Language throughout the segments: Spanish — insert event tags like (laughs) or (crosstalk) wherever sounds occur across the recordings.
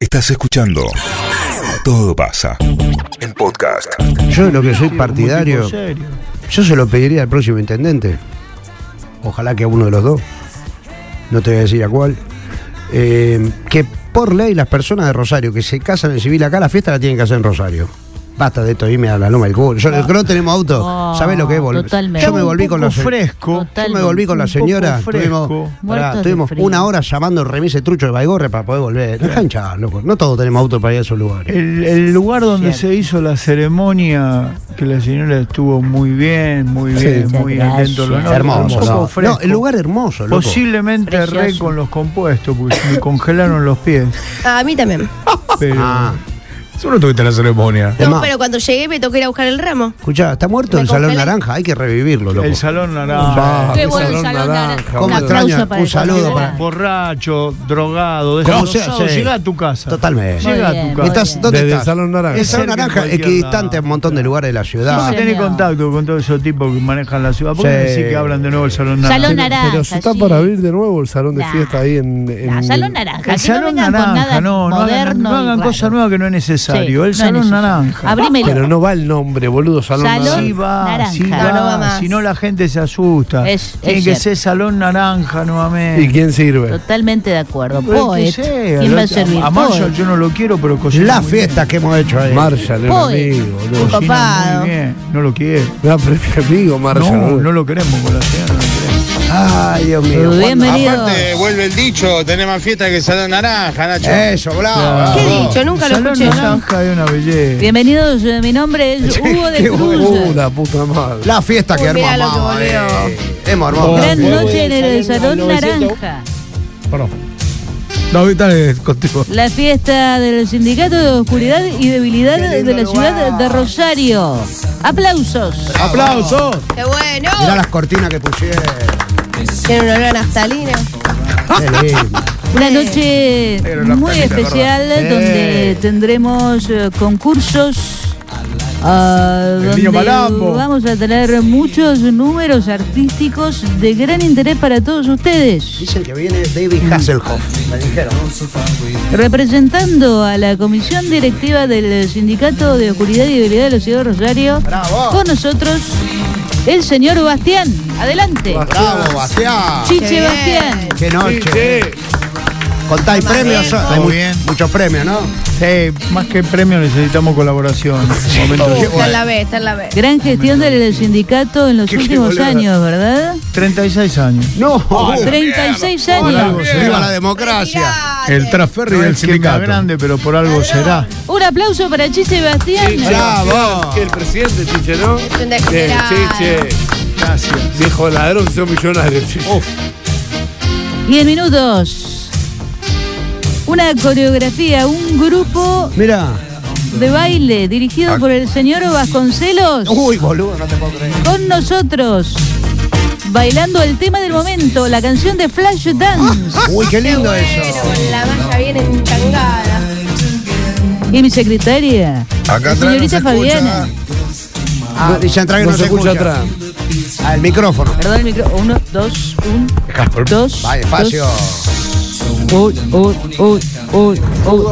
Estás escuchando Todo pasa en podcast. Yo de lo que soy partidario, yo se lo pediría al próximo intendente. Ojalá que a uno de los dos. No te voy a decir a cuál. Eh, que por ley las personas de Rosario que se casan en civil acá, la fiesta la tienen que hacer en Rosario. Basta de esto, irme a la loma del culo. Yo, que no tenemos auto. Oh, ¿Sabés lo que es volver? totalmente. Yo me volví con Un la poco fresco. yo me volví con la Un poco señora. fresco. Tuvimos, Muertos pará, de tuvimos frío. una hora llamando remise trucho de Baigorre para poder volver. Dejá hinchar, loco. No todos tenemos auto para ir a esos lugares. El, el lugar donde se hizo la ceremonia, que la señora estuvo muy bien, muy Sí. bien, Muchas muy atento. a lo gracias. nuestro, hermoso. un poco No. fresco. Pues No, el lugar hermoso, loco. Posiblemente re Precioso. con los compuestos, porque se me congelaron los pies. A mí también. Pero Ah, Solo tuviste la ceremonia. No, Emma. pero cuando llegué me tocó ir a buscar el ramo. escuchá, está muerto Me el Salón congelé. Naranja. Hay que revivirlo, loco. el salón naranja. Qué bueno el salón naranja. ¿Cómo Un aplauso extraña? para Un el salón saludo naranja. para- Borracho, drogado, Como desconocido. sea, Ah. sí. Llega a tu casa. Totalmente. Llega Muy a tu bien, casa. muy Estás, bien. ¿Dónde Desde estás? el Salón Naranja. El Salón Cerca en Naranja, cualquier equidistante lado. en un montón de lugares de la Vamos ciudad. a tener señor. Ah, contacto con todos esos tipos que manejan la ciudad. ¿Por qué no Sí. decís que hablan de nuevo el salón naranja? Salón naranja. Pero si está sí. para abrir de nuevo el salón de Nah. fiesta ahí en. en- Nah, salón naranja. El que no salón vengan con naranja, nada no, no hagan, moderno no hagan y raro. cosa nueva que no es necesario. Sí, el no es salón necesario. naranja. Abrímelo. Pero no va el nombre, boludo, salón, Salón- naranja. Sí va, naranja. sí No, va, no va más. si no la gente se asusta. Es- Tiene es que cierto. ser salón naranja nuevamente. ¿Y quién sirve? Totalmente de acuerdo. Pero que Poet. sea, ¿Quién yo- va a servir? A Marshall Poet. yo no lo quiero, pero cocina La muy fiesta que hemos hecho ahí. Marshall, un Poe. amigo, bien. boludo. Cocina Copado. muy bien. No lo quiero. Gran premio amigo, Marshall. No, boludo. no lo queremos con la ciudad. no lo queremos. Ay, Dios mío. Bienvenido. Aparte, vuelve el dicho, tenés más fiesta que salón naranja, Nacho. Eso, bravo. ¿Qué bravo. he dicho? Nunca lo salón escuché yo. naranja es una belleza. Bienvenidos. eh, Mi nombre es Hugo de qué bueno. Uh, Cruz. la puta madre. La fiesta que Uy, mirá armamos. lo que volvió. eh. Hemos armado. Gran una- noche en el Salón Naranja. Perdón. No, ahorita es contigo. La fiesta del Sindicato de Oscuridad y Debilidad de la ciudad de Rosario. Aplausos. ¡Aplausos! Qué bueno. Mirá las cortinas que pusieron. (laughs) Tiene un olor a naftalina. Qué lindo. Una noche muy especial donde tendremos eh, concursos. ah, donde niño Malambo. vamos a tener muchos números artísticos de gran interés para todos ustedes. Dicen que viene Mm. David Hasselhoff. Me dijeron. Representando a la comisión directiva del Sindicato de Oscuridad y Debilidad de la Ciudad de Rosario, Bravo. con nosotros el señor Bastián. Adelante. Bravo, Bastián. Chiche Qué bien. Bastián. Qué noche. Contá, ¿hay premios? Hay mu- muchos premios, ¿no? Sí, más que premio necesitamos colaboración. en este momento. Uh, Está en la B, está en la B. Gran gestión del sindicato en los Qué- qué últimos boludo. años, ¿verdad? 36 años. No. 36 Hola. años. Viva la democracia. El transferry No del es que me sindicato. grande, pero por algo será. Un aplauso para Chiche Bastián. Bravo. El presidente, chiche, ¿no? Es un degenerado. Gracias. Viejo ladrón, son millonarios, chiche. 10 minutos. Una coreografía, un grupo Mirá. de baile dirigido por el señor Vasconcelos. Uy, boludo, no te puedo creer. Con nosotros. Bailando el tema del momento, la canción de Flash Dance. Uy, qué lindo Bueno, eso. con la malla bien entangada. Y mi secretaria, la señorita Fabiana. Ah, dicen atrás que no, se escucha. atrás. Ah, el micrófono. Perdón el micro. Uno, dos, un, dos. Va, despacio. dos. Uy, uy, uy, uy, uy.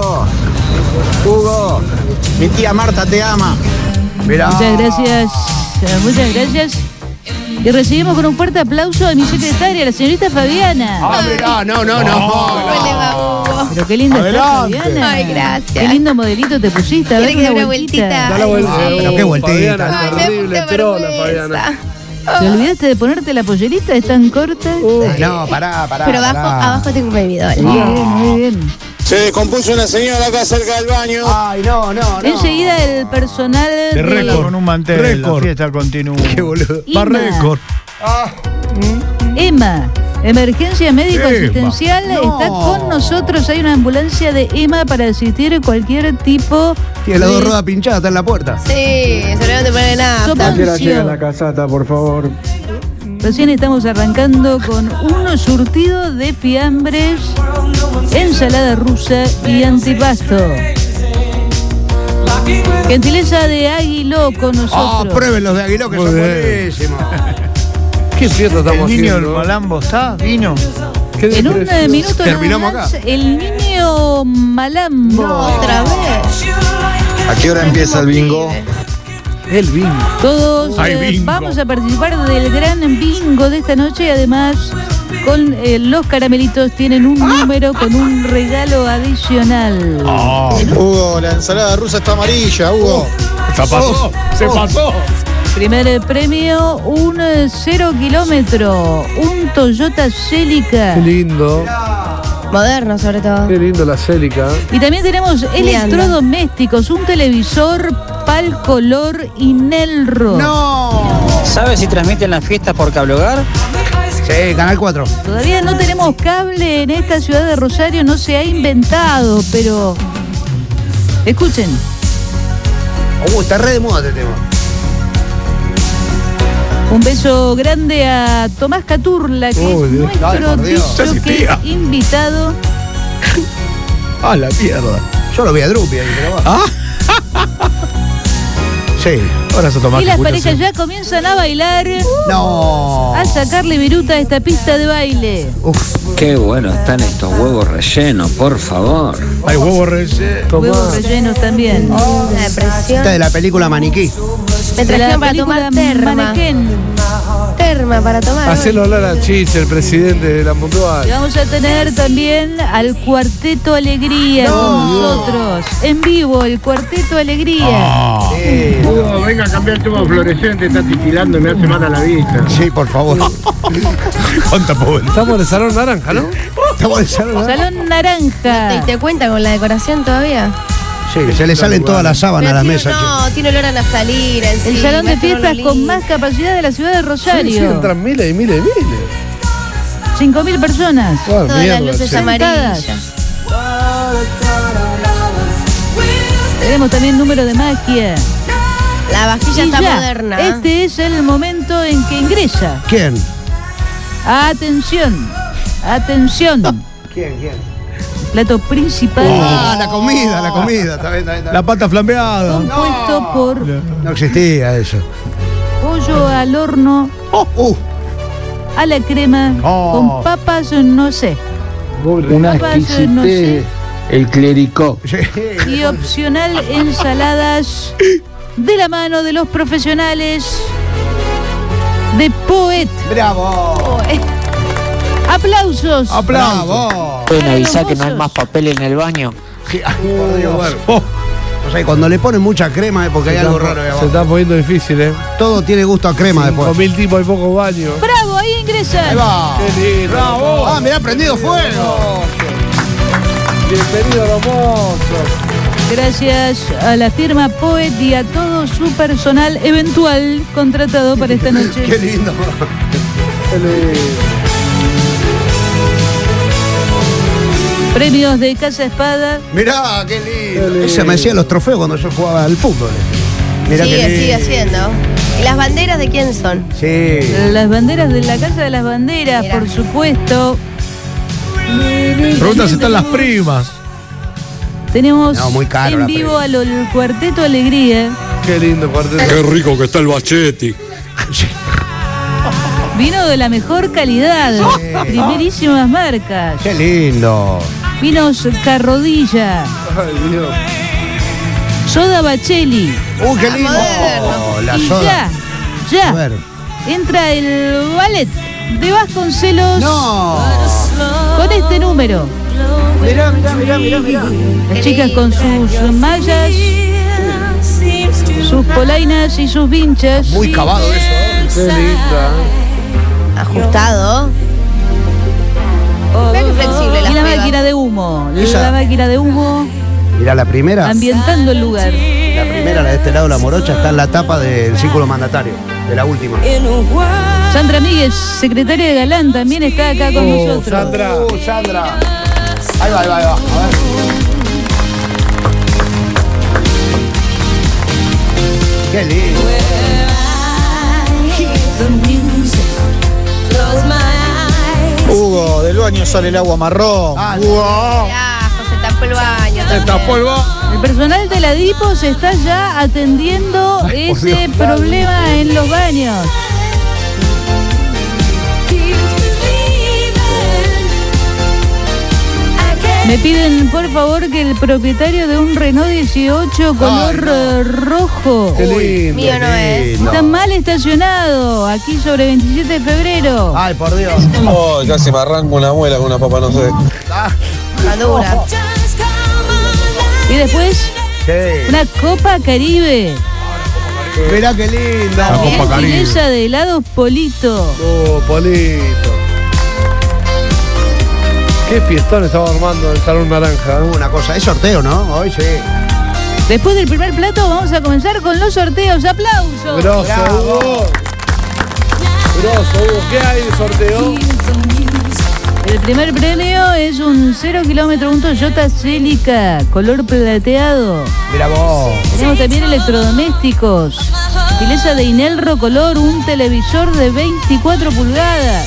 Hugo. Mi tía Marta te ama. Mirá. Muchas gracias, eh, muchas gracias. Y recibimos con un fuerte aplauso a mi secretaria, la señorita Fabiana. Ah, mirá, no, no, no. ¿Cómo le va, Hugo? Pero qué linda estás, Adelante. Fabiana. Ay, gracias. Qué lindo modelito te pusiste. A ver, ¿Quiere que dé una vueltita? Da la vuelta. Ay, Pero qué vueltita. Ay, me da terrible mucha trola, vergüenza. Fabiana. ¿Te olvidaste de ponerte la pollerita? ¿Es tan corta? Ah, No, pará, pará. Pero abajo, pará. abajo tengo un bebidor. Muy bien, muy bien. Se descompuso una señora acá cerca del baño. Ay, no, no, no. Enseguida el personal De récord. Con un mantel. Récord. La fiesta continúa. Qué boludo. Ima. EMA, Emergencia Médico Ema. Asistencial, No. está con nosotros. Hay una ambulancia de EMA para asistir a cualquier tipo Tiene las dos de ruedas pinchadas, está en la puerta. Sí, sobre no te pone nada. soponcio. casata, por favor. Recién estamos arrancando con uno surtido de fiambres, ensalada rusa y antipasto. Gentileza de Águilo con Ah, Oh, nosotros. prueben los de Aguiló que Muy son bien. buenísimos. ¿Qué fiesta El estamos niño del haciendo? Malambo está, vino. ¿Qué en un desprecio? eh, minuto nada Terminamos más, el niño Marcelo Malambo. Otra vez. ¿A qué hora empieza el bingo? El bingo. Todos Ay, eh, bingo. vamos a participar del gran bingo de esta noche. Además, con eh, los caramelitos tienen un número con un regalo adicional. Ah. Hugo, la ensalada rusa está amarilla, Oh, Hugo. Oh, Se pasó, se pasó. Primer premio, un eh, cero kilómetro, un Toyota Celica. Qué lindo, Moderno, sobre todo. qué lindo la célica. Y también tenemos Leandro. electrodomésticos, un televisor, pal color y Nelro. ¿Sabes si transmiten las fiestas por cable hogar? Sí, Canal 4. Todavía no tenemos cable en esta ciudad de Rosario, no se ha inventado, pero escuchen, Uh, está re de moda este tema. un beso grande a Tomás Caturla, que Uy, es Dios. Ay, nuestro por Dios. disc jockey Ya existía. invitado. Ah, A la mierda. Yo lo vi a Drupi ahí, pero bueno. Ah. (laughs) Sí. Ahora se toma y las parejas ya comienzan a bailar, No. a sacarle viruta a esta pista de baile. Uf, Qué bueno están estos huevos rellenos, por favor. Hay huevo relleno. Huevos rellenos también. La depresión. esta de la película Maniquí. Me De la trajeron para película tomar terma. Mannequin. Terma para tomar. Hacelo hablar a Chiche, el presidente de la Y Mundial. vamos a tener también al Cuarteto Alegría con nosotros. En vivo, el Cuarteto Alegría. Oh, venga a cambiar el tubo fluorescente, está titilando y me hace mal a la vista. Sí, por favor. Cuánta pobreza. Estamos en el salón naranja, ¿no? Estamos en salón, ¿eh? Salón Naranja. ¿Y te cuenta con la decoración todavía? Sí, se le salen todas las sábanas a la Pero mesa, tiene- che. No, tiene olor a naftalina. El salón de fiestas con más capacidad de la ciudad de Sí, sí, Rosario. entran miles y miles y miles. 5.000 personas. Ah, Todas las mierda, luces che. amarillas. Tenemos también número de magia. La vajilla Y está ya, moderna. Este es el momento en que ingresa. ¿Quién? Atención. Atención. Ah. ¿Quién? ¿Quién? Plato principal. Ah, la comida, la comida. Está bien, está bien, La está bien. pata flambeada. Compuesto por No existía eso. pollo al horno Oh, uh, a la crema Oh. con papas no sé Una Papá, yo no sé. exquisitez, el clericó. sí. y opcional ensaladas de la mano de los profesionales de Poet. Bravo. Aplausos. Bravo. ¿Pueden Ay, avisar que no hay hermosos. más papel en el baño? Ay, por Dios. Oh, O sea, cuando le ponen mucha crema es porque hay algo raro ahí Se abajo. está poniendo difícil, ¿eh? Todo tiene gusto a crema Con después. mil tipos hay pocos baños. Bravo, ahí ingresan. Ahí va. ¡Bravo! Ah, mirá, prendido fuego. Bienvenido, hermoso. Gracias a la firma Poet y a todo su personal eventual contratado para esta (laughs) Qué noche. lindo. Premios de Casa Espada. Mirá, qué lindo. Ese me decía los trofeos cuando yo jugaba al fútbol. Mirá sigue, qué sigue haciendo. ¿Y las banderas de quién son? lindo. Sí. Las banderas de la Casa de las Banderas, Mirá. por supuesto. Pregunta si están las primas. Tenemos No, muy caro la en vivo al al Cuarteto Alegría. Qué lindo cuarteto. Qué rico que está el bacheti. Vino de la mejor calidad, primerísimas marcas. Qué lindo. Vinos Carrodilla, Ay, Dios. Soda Bacheli. Uh, qué lindo. moderno. Oh, la y soda. ya, A ya, ver. entra el ballet de Vasconcelos No. con este número. Mirá, mirá, mirá, mirá, mirá. Las chicas con sus mallas, sus polainas y sus vinchas. Muy cavado eso, ¿eh? Qué linda. Ajustado. Mirá qué flexible las Oh, Y la pibas. máquina de humo, Esa. la máquina de humo Mirá, la primera. ambientando el lugar. La primera, la de este lado, la morocha, está en la tapa del círculo mandatario, de la última. Eh, Sandra Míguez, secretaria de Galán, también está acá con nosotros. Sandra. Uh, Sandra. Ahí va, ahí va, ahí va. A ver. Qué lindo. Hugo, del baño sale el agua marrón. Ah, Hugo. Ya, José tapó el baño. El personal de la DIPO se está ya atendiendo ese problema en los baños. Me piden por favor que el propietario de un Renault 18 color eh, rojo Qué lindo, mío no qué es. lindo. está mal estacionado aquí sobre 27 de febrero. Ah. Ay, por Dios. Oh, casi me arranco una muela con una papa, no sé. Madura. Y después Sí. una Copa Caribe. Mirá qué lindo. La Copa Una Caribe. botella de helado Polito. Oh, Polito. Qué fiestón estaba armando en el Salón Naranja. Uh, Una cosa, es sorteo, ¿no? Hoy sí. Después del primer plato vamos a comenzar con los sorteos. ¡Aplausos! Grosso, Hugo. Grosso, Hugo. ¿Qué hay de sorteo? El primer premio es un 0 kilómetro, un Toyota Celica, color plateado. Mira vos. Tenemos también electrodomésticos. Fileza de Inelro Color, un televisor de 24 pulgadas.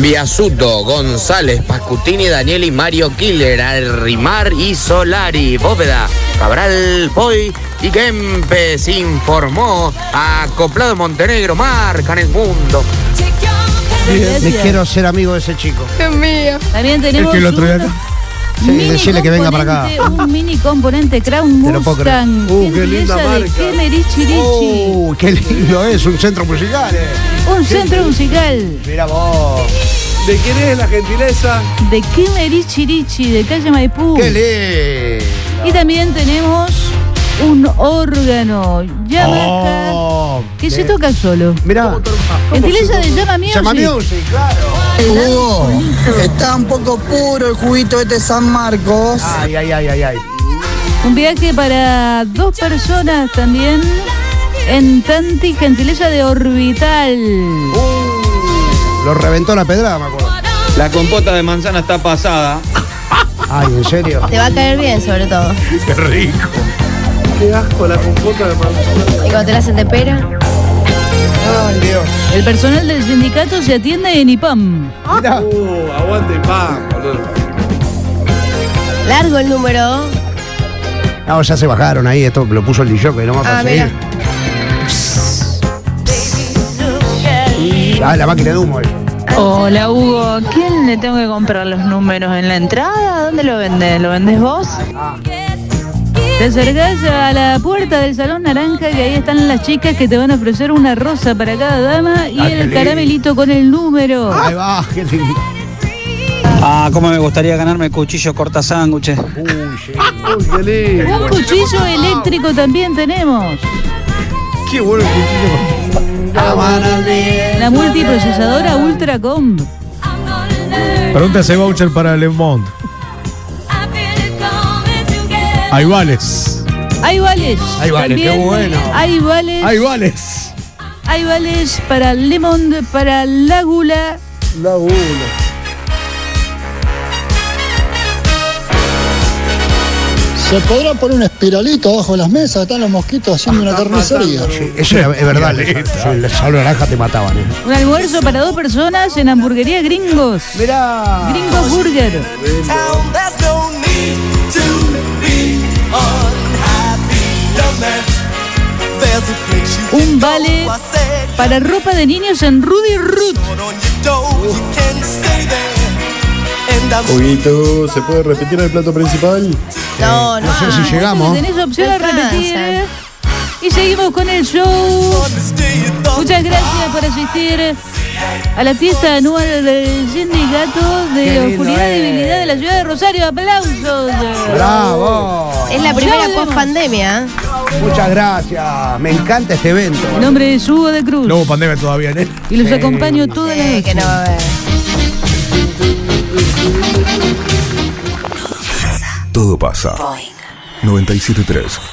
Biasuto, González, Pascutini, Danieli, Mario Killer, Arrimar y Solari, Bóveda, Cabral, Boy y Kempes informó. Acoplado Montenegro, marcan el mundo. Gracias. Me quiero ser amigo de ese chico. Dios mío. También Es tenemos que el otro día un acá. Sí, mini decirle que venga para componente, Un mini componente Crown Te lo puedo creer. Mustang. Uh, que qué linda empieza de marca. Kemeri Chirichi. Uh, qué lindo es, un centro musical. eh. Un centro musical Mira vos. ¿De quién es la gentileza? de Kemeri Chirichi, de calle Maipú. Qué lindo. Y también tenemos un órgano Yamaha Oh, que se qué- toca solo. Mirá. Gentileza de Llama Music. Llama Music, claro. Está un poco puro el juguito este San Marcos. Ay, ay, ay, ay, ay. Un viaje para dos personas también en Tanti, gentileza de Orbital. Lo reventó la pedrada, me acuerdo. La compota de manzana está pasada. Ay, ¿en serio? Te va a caer bien, sobre todo. Qué rico. Qué asco la compota de manzana. Y cuando te la hacen de pera. Ay, Dios. El personal del sindicato se atiende en IPAM. Mirá. Uh, aguante y pan, boludo. Largo el número. No, ya se bajaron ahí, esto lo puso el DJ que no va a Ah, mira. conseguir. Ah, la máquina de humo. eh. Hola Hugo, ¿quién le tengo que comprar los números en la entrada? ¿Dónde lo vendes? ¿Lo vendes vos? Te acercás a la puerta del Salón Naranja que ahí están las chicas que te van a ofrecer una rosa para cada dama y Ah, qué el lindo. caramelito con el número. Ahí va, qué lindo. Ah, cómo me gustaría ganarme el cuchillo corta sándwiches. Uy, sí. Uy, qué lindo. Un cuchillo eléctrico también tenemos. Qué bueno el cuchillo. La multiprocesadora Ultracom. Pregunta si hay voucher para Le Monde. Ahí vales. Hay vales. Hay vales, qué también. bueno. Hay vales. Ahí vales. Hay vales para Lemond, para Lágula. La gula. Se podrá poner un espiralito abajo de las mesas, están los mosquitos haciendo Ah, una carnicería. Sí, Eso era- es verdad, el el salón naranja te mataban. eh. Un almuerzo para dos personas en hamburguería Gringos. Mirá. Gringos Burger. Un vale para ropa de niños en Rudy Root. Huguito, ¿se puede repetir el plato principal? No, no. No sé si llegamos. Tenés opción a repetir. ¿eh? Alcanza. Y seguimos con el show. Muchas gracias por asistir a la fiesta anual del Sindicato Qué de lindo, Oscuridad y eh. Debilidad de la Ciudad de Rosario. ¡Aplausos! Bravo. Es la primera Ya post pandemia. Muchas gracias. Me encanta este evento. Mi nombre es Hugo de Cruz No hubo pandemia todavía, ¿eh? y los Sí. acompaño toda la noche. que no va a haber. Todo pasa. 97.3